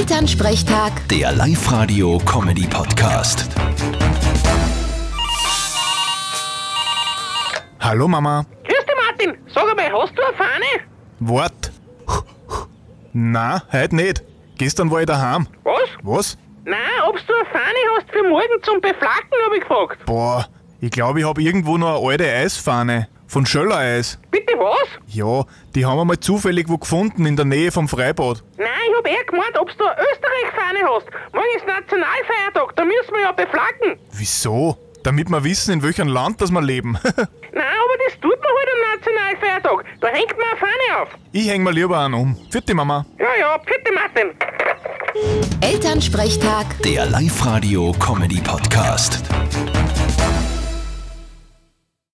Elternsprechtag, Der Live-Radio-Comedy-Podcast. Hallo Mama. Grüß dich, Martin. Sag einmal, hast du eine Fahne? Wart. Na, heute nicht. Gestern war ich daheim. Was? Was? Nein, ob du eine Fahne hast für morgen zum Beflacken, habe ich gefragt. Boah, ich glaube, ich habe irgendwo noch eine alte Eisfahne. Von Schöllereis. Bitte was? Ja, die haben wir mal zufällig wo gefunden in der Nähe vom Freibad. Nein, ich habe eher gemeint, ob du eine Österreich-Fahne hast. Morgen ist Nationalfeiertag, da müssen wir ja beflacken. Wieso? Damit wir wissen, in welchem Land das wir leben. Nein, aber das tut man halt am Nationalfeiertag. Da hängt man eine Fahne auf. ich häng mir lieber an um. Vierte Mama. Ja, ja, bitte, Martin. Elternsprechtag. Der Live-Radio-Comedy-Podcast.